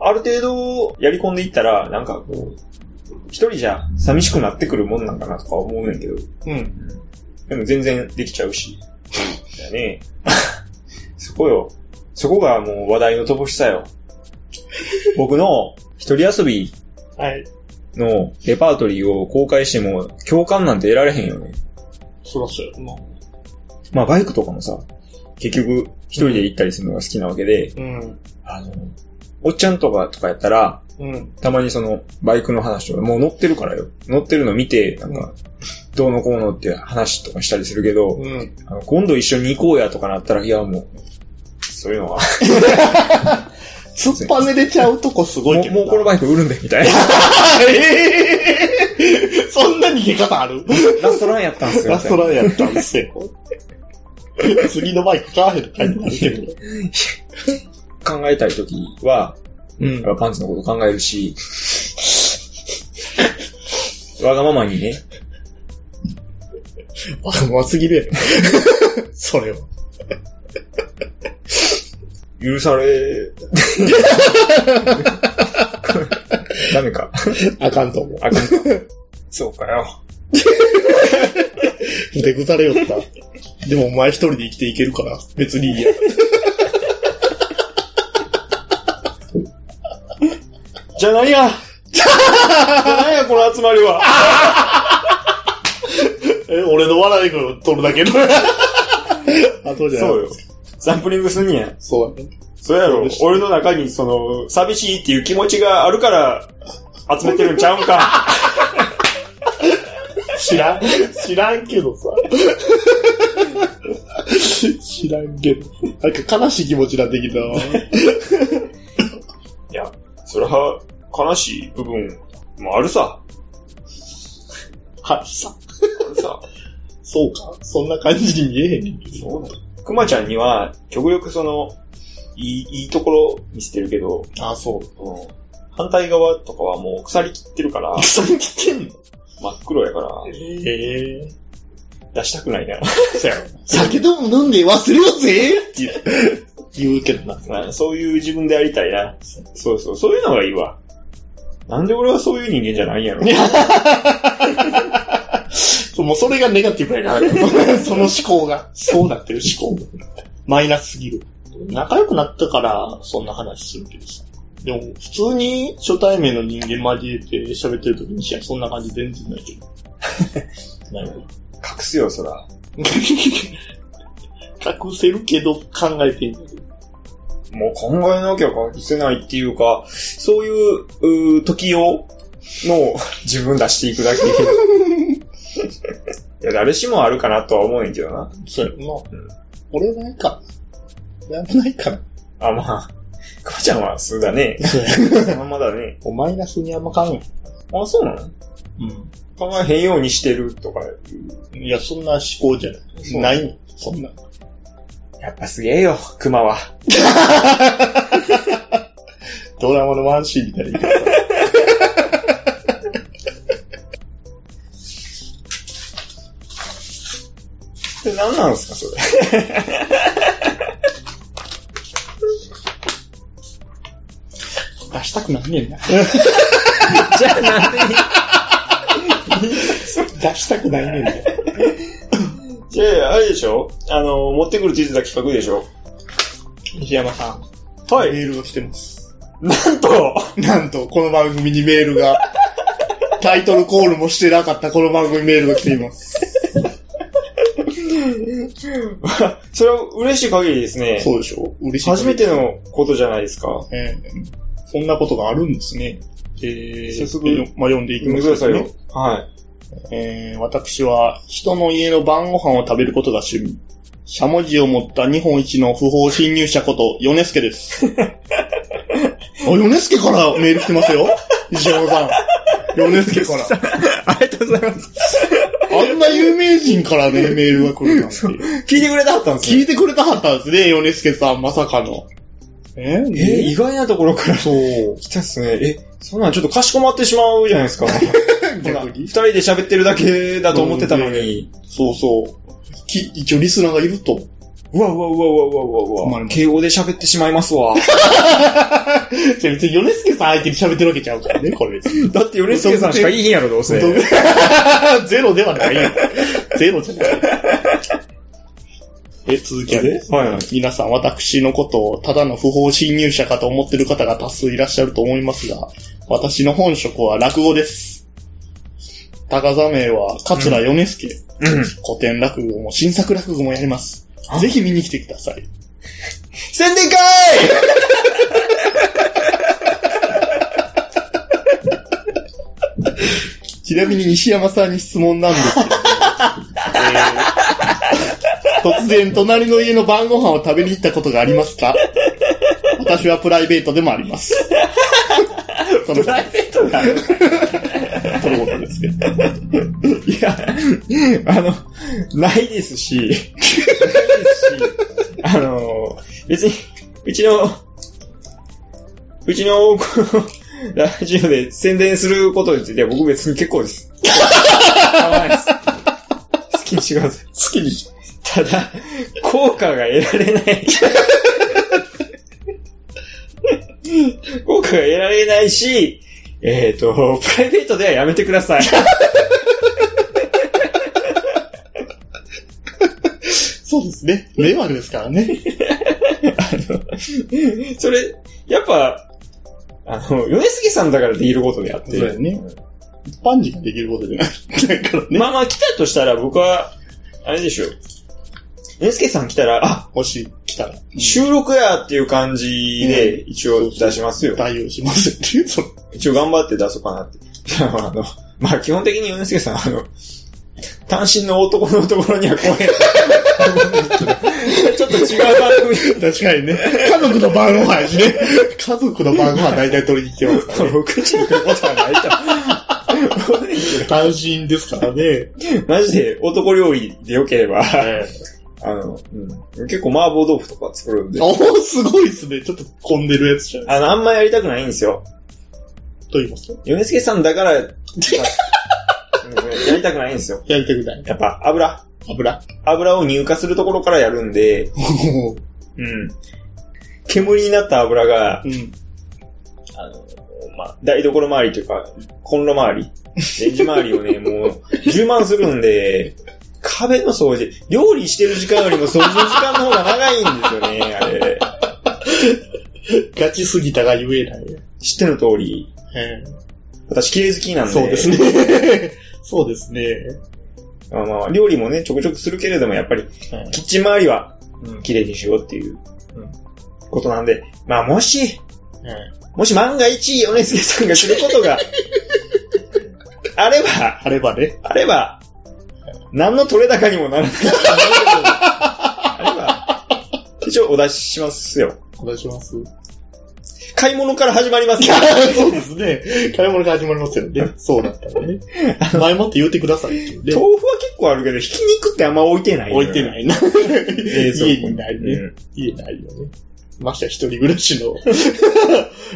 A: ある程度やり込んでいったら、なんかこう、一人じゃ寂しくなってくるもんなんかなとか思うねんけど、
B: うん。
A: でも全然できちゃうし。だね。 そこよ。そこがもう話題の乏しさよ。僕の一人遊び
B: はい。
A: のレパートリーを公開しても共感なんて得られへんよね。
B: そらそうやな。
A: まあバイクとかもさ、結局一人で行ったりするのが好きなわけで、
B: うん。
A: あの、おっちゃんとかとかやったら、
B: うん。
A: たまにそのバイクの話とか、もう乗ってるからよ。乗ってるの見て、なんか、どうのこうのって話とかしたりするけど、
B: うん。
A: あの今度一緒に行こうやとかなったら、いやもう、そういうのは、
B: 突っぱねれちゃうとこすごい
A: も
B: け
A: う
B: ど
A: も
B: な。
A: うこ のバイク売るんで、みたいな。
B: あええそんな逃げ方ある
A: ラストランやったんですよ。
B: ラストランやったんですよ。 次のバイク買わへんって書いてあるけど。
A: 考えたい時は、
B: うん
A: やっぱパンツのこと考えるし、わがままにね、
B: わがまますぎるやん。 それは。
A: 許さ れ、ダメか。
B: あかんと思う。
A: あかんか。そうかよ。
B: でくされよった。でもお前一人で生きていけるから、別にいいや。
A: じゃあ何 やじゃあ何やこの集まりは。
B: え、俺の笑い声を取るだけの。 あとじゃない
A: そうよ。。サンプリングすんねん。
B: そうやね
A: そうやろ
B: そうで。す
A: 俺の中に、その、寂しいっていう気持ちがあるから、集めてるんちゃうん か。
B: 知らん、知らんけどさ。知らんけど。なんか悲しい気持ちになってきたわ。
A: いや、それは、悲しい部分もあるさ。
B: はい、さ、
A: あるさ。
B: そうか。そんな感じに見えへんねんけど。
A: くまちゃんには、極力その、いい、いいところ見せてるけど、
B: あ、そう。
A: うん反対側とかはもう腐りきってるから、
B: それ来てんの
A: 真っ黒やから、
B: ええ
A: 出したくないな。
B: そうやろ。酒でも飲んで忘れようぜって言う言うけどな。
A: なそういう自分でありたいな。そうそう、そういうのがいいわ。なんで俺はそういう人間じゃないんやろ。
B: そうもうそれがネガティブやから、 その思考が、そうなってる思考が。マイナスすぎる。仲良くなったから、そんな話するけどさ。でも、普通に初対面の人間交えて喋ってる時に、いや、そんな感じ全然ないけど。 なるほど。
A: 隠すよ、そら。
B: 隠せるけど考えてんだけど。
A: もう考えなきゃ隠せないっていうか、そういう、うー時用の自分出していくだけ。い や、誰しもあるかなとは思うねんけどな。
B: そうやろ
A: うん
B: な。俺ないか。なんもないかな。
A: あ、まあ、母ちゃんは素だね。そのままだね。
B: おマイナスにあんま考えん。
A: あ、そうなの
B: う
A: 考えへんようにしてるとか。
B: ん。いや、そんな思考じゃない。
A: そう
B: ないのそんな。
A: やっぱすげえよ、熊は。
B: ドラマのワンシーンみたいな。
A: で、何なんすか、そ れ。
B: 出したくなんねえ な。
A: じゃあなんで、
B: 出したくないねんな。
A: じゃあ、あれでしょあの、持ってくるって言ってた企画でしょ
B: 西山さん。
A: は
B: メールが来てます。
A: なんと、
B: なんと、この番組にメール が、タイトルコールもしてなかったこの番組メールが来ています。
A: それは嬉しい限りですね。
B: そうでしょ嬉しい。
A: 初めて。のことじゃないですか。
B: えーそんなことがあるんですね。えー、
A: 早速
B: えーまあ、読んでいき
A: 読ん
B: ま
A: ですく
B: ね
A: ださいよ。はい。
B: えー私は人の家の晩ご飯を食べることが趣味。しゃもじを持った日本一の不法侵入者こと、ヨネスケ です。あ、ヨネスケからメール来てますよ。石山さん。ヨネスケから。
A: ありがとうございます。
B: あんな有名人から ね、メールが来るなんて。
A: 聞いてくれたかったんです
B: 聞
A: ね
B: いてくれたかったんですね、ヨネスケさん、まさかの。えー、
A: えー意外なところから
B: そう。
A: 来たっすね。え、そんなんちょっとかしこまってしまうじゃないですか。
B: 逆に
A: 二人で喋ってるだけだと思ってたのに。
B: そうそう。き、一応リスナーがいると。
A: うわうわうわうわうわうわう
B: 困
A: わ
B: ります
A: 敬語で喋ってしまいますわ。
B: じゃあ別に米助さん相手に喋ってるわけちゃうからね、これ。
A: だって米助さんしかいいんやろ、どうせ。
B: ゼロではな いよ。ゼロじゃない。え、続きはね。
A: はいはい。
B: 皆さん、私のことをただの不法侵入者かと思ってる方が多数いらっしゃると思いますが、私の本職は落語です。高座名は桂米助、
A: うん。
B: 古典落語も新作落語もやります。ぜひ見に来てください。
A: 宣伝会
B: ちなみに西山さんに質問なん ですけど、えー突然隣の家の晩ご飯を食べに行ったことがありますか私はプライベートでもあり ます。その
A: プライベートだ。
B: そのことですけど。
A: いや、あの、ないですし、ないですし、あの、別に、うちの、うちの、このラジオで宣伝することについては僕別に結構です。構わないです。好きにしてください。好きに。ただ、効果が得られ ない。効果が得られないし、えっ、と、プライベートではやめてください。
B: そうですね。迷惑ですからね。
A: それ、やっぱ、あの、米杉さんだからできることであって。
B: そうやね一般人ができることじゃない。だからね。
A: まあまあ来たとしたら僕は、あれでしょう。米杉さん来たら、あ、
B: もし来たら、
A: 収録やっていう感じで一応出しますよ。
B: 対応しますっていう、その
A: 一応頑張って出そうかなって。 あの、あのまあ基本的に米杉さん、あの、単身の男のところには来 へん。ちょっと違う番組
B: 確かに ね。家族の晩ご飯やしね。家族の晩ご飯大体取りに来てますからね。
A: 僕ちゃうことはないと思う
B: 単身ですからね。
A: マジで男料理で良ければ、あの、うん、結構麻婆豆腐とか作るんで、
B: おー、すごいですね。ちょっと混んでるやつじゃん。
A: あの、あんまやりたくないんですよ。
B: と言いますと
A: 米助さんだ から、うんやりたくないんですよ。
B: やりたくない。
A: やっぱ油、
B: 油。
A: 油を乳化するところからやるんで、うん。煙になった油が、
B: うん。
A: あの、まあ、台所周りというか、コンロ周り、レンジ周り をね、もう、充満するんで、壁の掃除、料理してる時間よりも掃除の時間の方が長いんですよね、あれ。
B: ガチすぎたがゆえない。
A: 知っての通り、私綺麗好きなんで。
B: そうですね。そうですね。
A: まあまあ、料理もね、ちょくちょくするけれども、やっぱり、キッチン周りは
B: うん
A: 綺麗にしようっていう
B: うん
A: ことなんで、まあもし、もし万が一、米助さんがすること が、あれば、
B: あればね。
A: あれば、何の取れ高にもならない。あれば、一応お出ししますよ。
B: お願いします。
A: 買い物から始まりますから。
B: そうですね。買い物が始まりますよね。そうだったらね。前もって言うてくださいっていうね。
A: 豆腐は結構あるけど、ひき肉ってあんま置いてない。。
B: 置いてないいな。
A: 冷蔵庫
B: 家にないね。
A: うん
B: 家ないよね。ましてや一人暮らしの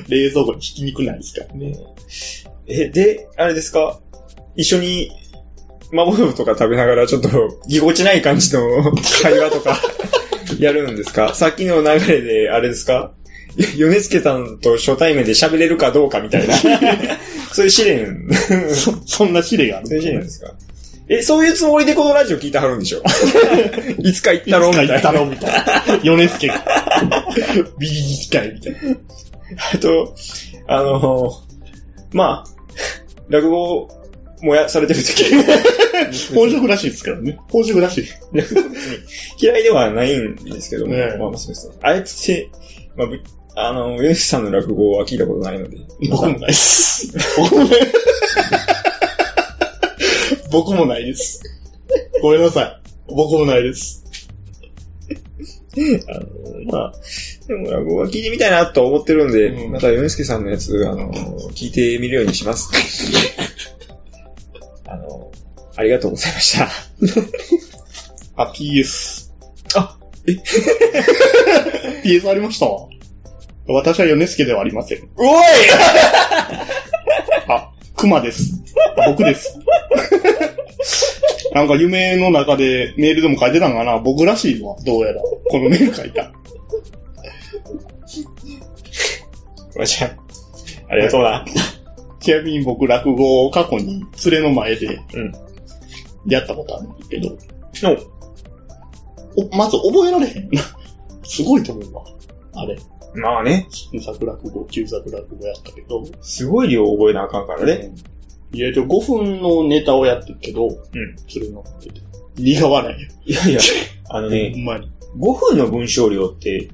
B: 冷蔵庫にひき肉ないですからね。
A: え、で、あれですか一緒に、麻婆豆腐とか食べながら、ちょっと、ぎこちない感じ の会話とか、やるんですかさっきの流れで、あれですかよ米助さんと初対面で喋れるかどうかみた いな。そういう試練、
B: そ、 そんな試練がある
A: そういう試練ですかえ、そういうつもりでこのラジオ聞いてはるんで しょいつか行ったろみたいな。
B: だろみたいな。米助が。ビリ行きたいみたいな。
A: あと、あのまあ、落語もやされてる 時
B: 本職らしいですからね。本職らしい。
A: 嫌いではないんですけども、
B: ええ
A: まあまあそうですね。あえて、まあぶ、あの、ヨネスさんの落語は聞いたことないので、
B: 僕もないです。僕もない。僕もないです。ごめんなさい。僕もないです。
A: あの、まあ、でも落語は聞いてみたいなと思ってるんで、
B: うん
A: またヨネスケさんのやつ、あの、聞いてみるようにし ます。あの、ありがとうございま した。
B: あ、PS。
A: あ、え
B: PS ありました私は米助ではありません。
A: おい
B: あ、熊です。僕です。なんか夢の中でメールでも書いてたんかな僕らしいわ、どうやら。このメール書いた。
A: おばちゃん。ありがとうな。
B: ちなみに僕落語を過去に連れの前で
A: うん。
B: やったことあるんだけど、
A: の、
B: おまず覚えられへん。すごいと思うわ。あれ、
A: まあね、
B: 新作落語、旧作落語やったけど、
A: すごい量覚えなあかんからね。
B: いや、5分のネタをやってるけど、
A: ん
B: 連れの前で。苦笑い。
A: いやいや、あのね
B: ほ、んまに。
A: 5分の文章量って、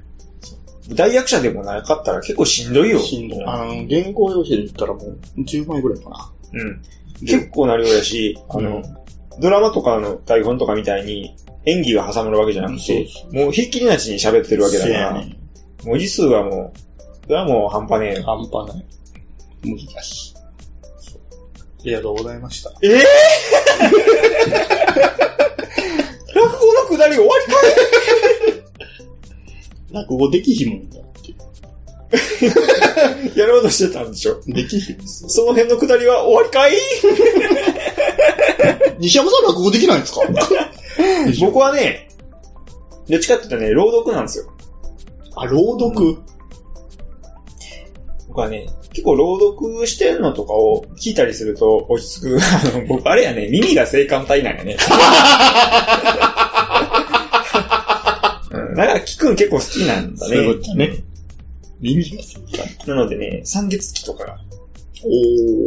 A: 大役者でもなかったら結構しんどいよ。
B: しんどい。あの、原稿用紙で言ったらもう10枚ぐらいかな。
A: うん。
B: で
A: 結構な量やし、あの、
B: うん
A: ドラマとかの台本とかみたいに演技が挟まるわけじゃなくて、
B: そう
A: もうひっきりなしに喋ってるわけだ
B: せ
A: か
B: や
A: ら、
B: ねん。
A: 文字数はもう、それはもう半端ねえよ。
B: 半端ない。難しい。ありがとうございました。
A: ええ 落語のくだり終わりか
B: 落語できひもんだって。
A: やろうとしてたんでしょ。
B: できひもん。
A: その辺のくだりは終わりかい
B: 西山さん落語できないんです か
A: 僕はね、どっちかって言ったらね、朗読なんですよ。
B: あ、朗読。
A: 僕はね、結構朗読してんのとかを聞いたりすると落ち着く。 あの、僕、あれやね、耳が性感帯なん やね。うんだから聞くん結構好きなんだね。
B: そういうことだね耳がするか
A: なのでね、三月期とかが
B: お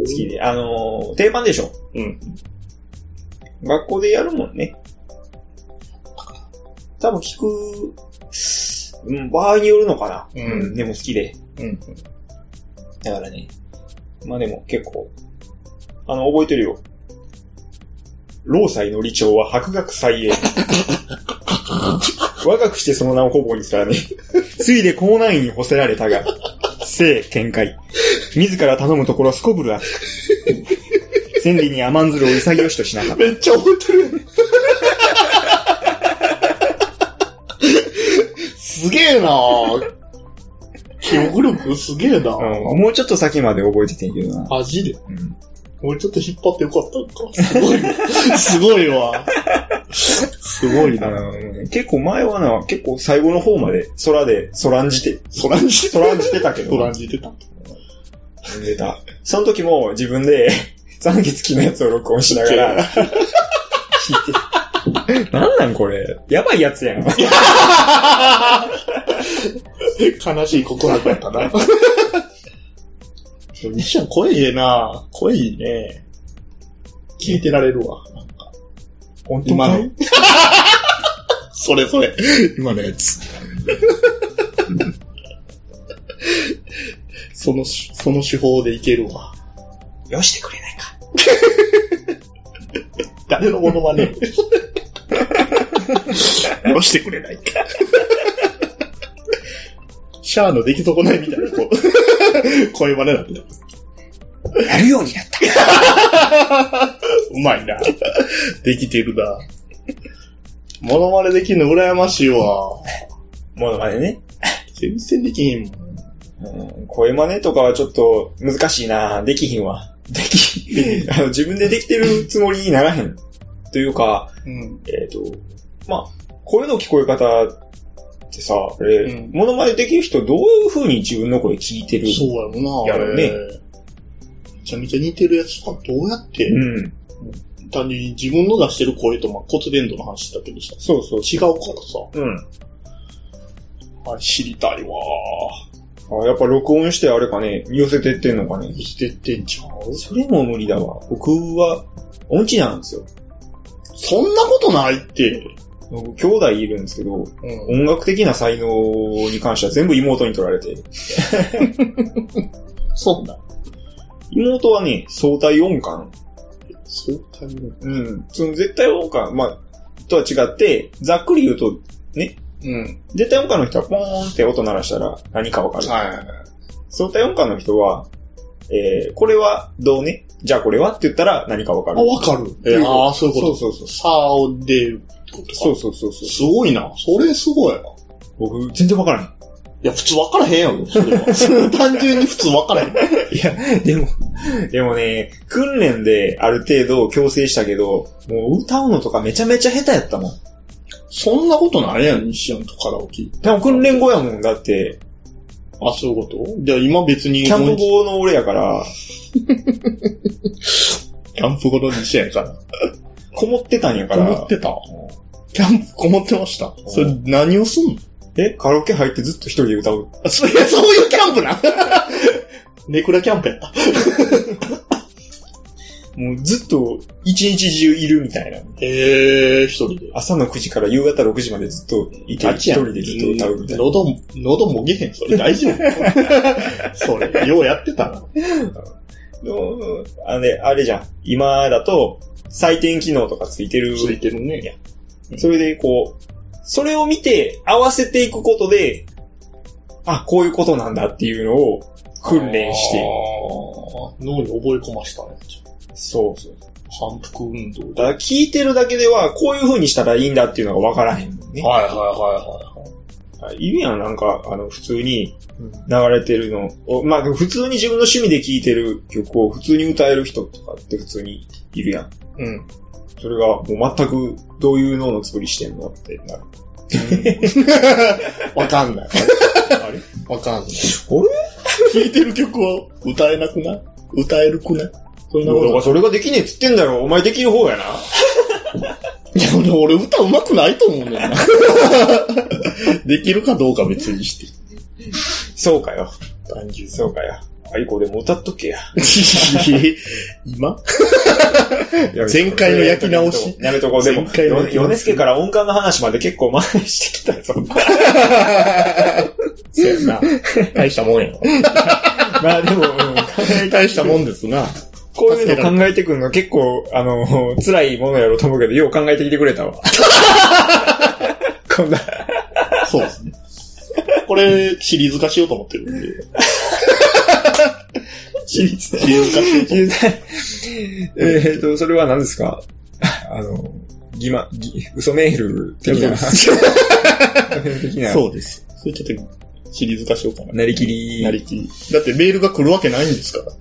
A: 好きで、あのー定番でしょ。
B: うん。
A: 学校でやるもんね。多分聞く、うん、場合によるのかな。
B: うん
A: でも好きで。
B: うん。
A: だからね。まあでも結構、あの、覚えてるよ。老妻の理長は博学 再栄。若くしてその名をほぼにしたらね、ついで高難易に干せられたが、性見解。自ら頼むところすこぶる厚く。千里に甘んずるを潔しとしなかった。
B: めっちゃ覚えてる。 すげえなぁ。記憶力すげえなぁ。
A: うん、もうちょっと先まで覚えててんけどな。
B: マジで。
A: うん、
B: 俺ちょっと引っ張ってよかったのか。すごい。すごいわ。すごい
A: あ
B: な。
A: の結構前はな、結構最後の方まで空で、空んじて、
B: そらんじて
A: 空んじてたけど。
B: そらんじてた。
A: 出た。その時も自分で 三月期のやつを録音しながら、聞いて。なんなんこれ。やばいやつやん。
B: 悲しい告白やったな。西は声いいな声いいね。聞いてられるわ。なんか
A: 本当
B: 今
A: か
B: の
A: い。
B: それそれ。今のやつ。その、その手法でいけるわ。
A: よしてくれないか。
B: 誰のものまね。よしてくれないか。シャアの出来損ないみたいな、こう、声真似だ った。
A: やるようになった。
B: うまいな。できてるな。モノマネできんの羨ましいわ。
A: ものまねね。
B: 全然できへんもん。
A: うん、声真似とかはちょっと難しいな。できひんわ。でき、 あの自分でできてるつもりにならへん。というか、
B: うん。
A: えっ、と、まあ、声の聞こえ方ってさ、あれ、
B: うん
A: ものまねできる人どういう風に自分の声聞いてる
B: そうやろな。
A: やろね
B: あれめちゃめちゃ似てるやつとかどうやって、
A: うん。
B: 単純に自分の出してる声と、まあ、骨伝導の話だけどさ、
A: そうそう。
B: 違うからさ
A: うん。、
B: あれ知りたいわ。
A: あ、やっぱ録音してあれかね、寄せてってんのかね。
B: 生きてってんちゃう
A: それも無理だわ。僕は、音痴なんですよ。
B: そんなことないって。
A: 僕、兄弟いるんですけど、
B: うん。
A: 音楽的な才能に関しては全部妹に取られて。
B: そうだ。
A: 妹はね、相対音感。
B: そうだよ。
A: うん。その絶対音感、まあ、とは違って、ざっくり言うと、
B: うん。
A: 絶対音感の人はポーンって音鳴らしたら何かわかる。
B: は
A: 相対音感の人は、えー、これはどうねじゃあこれはって言ったら何かわか
B: い。あ、
A: る。
B: わかる。えーああ、そういうこと。
A: そうそうそう。
B: さあを出るってことか。
A: そうそうそうそう。
B: すごいな。それすごいな。
A: 僕、全然わからん。
B: いや、普通分からへんや ろ、それは。単純に普通分からへん。
A: いや、でも、でもね、訓練である程度強制したけど、もう歌うのとかめちゃめちゃ下手やったもん。
B: そんなことないやん、西山とカラオケ。
A: でも訓練後やもん、だって、
B: あ、そういうことじゃあ今別に。
A: キャンプ後の俺やから、
B: キャンプ後の西山から。
A: こもってたんやか
B: こも
A: ら
B: っ、てたキャンプこもってました。それ何をすんの
A: え、カラオケ入ってずっと一人で歌う。
B: あそれそういうキャンプな。 ネクラキャンプやった。
A: もうずっと一日中いるみたいな。
B: へえー、一人で。
A: 朝の9時から夕方6時までずっといて、
B: ガチ
A: 一
B: やん
A: 人でずっと歌うみたいな。
B: 喉、喉もげへん、それ大丈夫 それ、ようやってたな。
A: のあれ、あれじゃん。今だと、採点機能とかついてる。
B: ついてるね。
A: それでこう、それを見て合わせていくことで、あ、こういうことなんだっていうのを訓練して。
B: あー。脳に覚え込ましたね。
A: そうそう。
B: 反復運動
A: だから聞いてるだけでは、こういう風にしたらいいんだっていうのがわからへんもんね。
B: はいはいはいはい。
A: いるやん、なんか、あの、普通に流れてるのを、まあ、普通に自分の趣味で聴いてる曲を普通に歌える人とかって普通にいるやん。
B: うん。
A: それが、もう全く、どういう脳の作りしてんのってなる。
B: わかんない。
A: あれ
B: わかんない。聴いてる曲は歌えなくない歌えるくないそんなこと
A: 俺
B: ない
A: がそれができねえっつってんだろ、お前できる方やな。
B: いや、俺俺歌上手くないと思うんだよな。できるかどうか別にして。
A: そうかよ。
B: 単純に。
A: そうかよ。あいこでも歌っと けや。
B: 今前回の焼き直し
A: やめとこう。でも、
B: 前回の焼き直し
A: ヨネスケから音感の話まで結構前にしてきた ぞ。
B: そうやな。大したもんやろ。
A: まあでも、うん
B: 大したもんですな。
A: こういうの考えてくるの結構、あの、辛いものやろうと思うけど、よう考えてきてくれたわ。 こんな、
B: そうですね。これ、シリーズ化しようと思ってるんで。シリーズシリーズ化しようと思って
A: えーっと、それは何ですかあの、ギマ、ギ嘘メール的な、的な、
B: そうです。それちょっと、シリーズ化しようかな。
A: なりきり。
B: なりきり。だってメールが来るわけないんですから。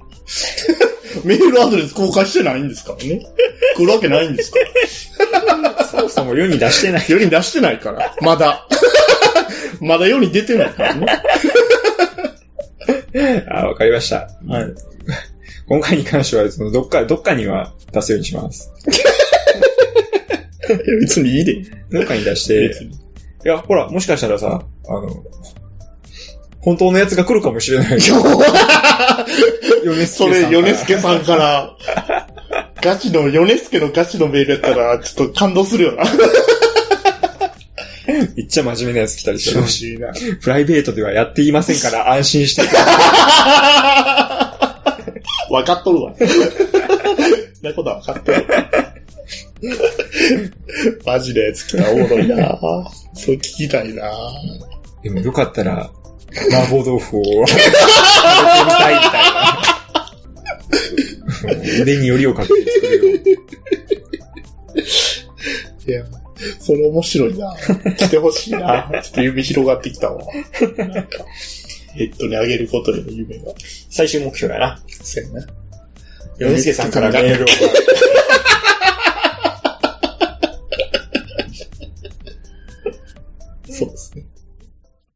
B: メールアドレス公開してないんですからね。来るわけないんですから。
A: そもそも世に出して ない。
B: 世に出してないから。まだ。 まだ世に出てないからね。
A: あ、わかりました。
B: はい。
A: 今回に関しては、その、どっか、どっかには出すようにします。
B: 別 にいいで。
A: どっかに出し
B: 別
A: て、
B: に。
A: いや、ほら、もしかしたらさ、あの、本当のやつが来るかもしれ ない。ヨネス
B: そ
A: ケさん
B: れ、
A: から
B: ヨネスケさんから、ガチの、ヨネスケのガチのメールやったら、ちょっと感動するよな。
A: めっちゃ真面目なやつ来たりしてるし、
B: しいな。
A: プライベートではやっていませんから安心して。
B: わかっとるわ。なことはわかっとるわ。 マジで好きなおもろいなそれ聞きたいな
A: でもよかったら、 麻婆豆 腐を食べてみたいみ たいな。腕によりをかけて作るよ。
B: いや、それ面白いな来てほしい なちょっと夢広がってきたわ。なんか、ヘッドにあげることへの夢が。
A: 最終目標やな。
B: そうやな。
A: ヨネスケさんからメールを。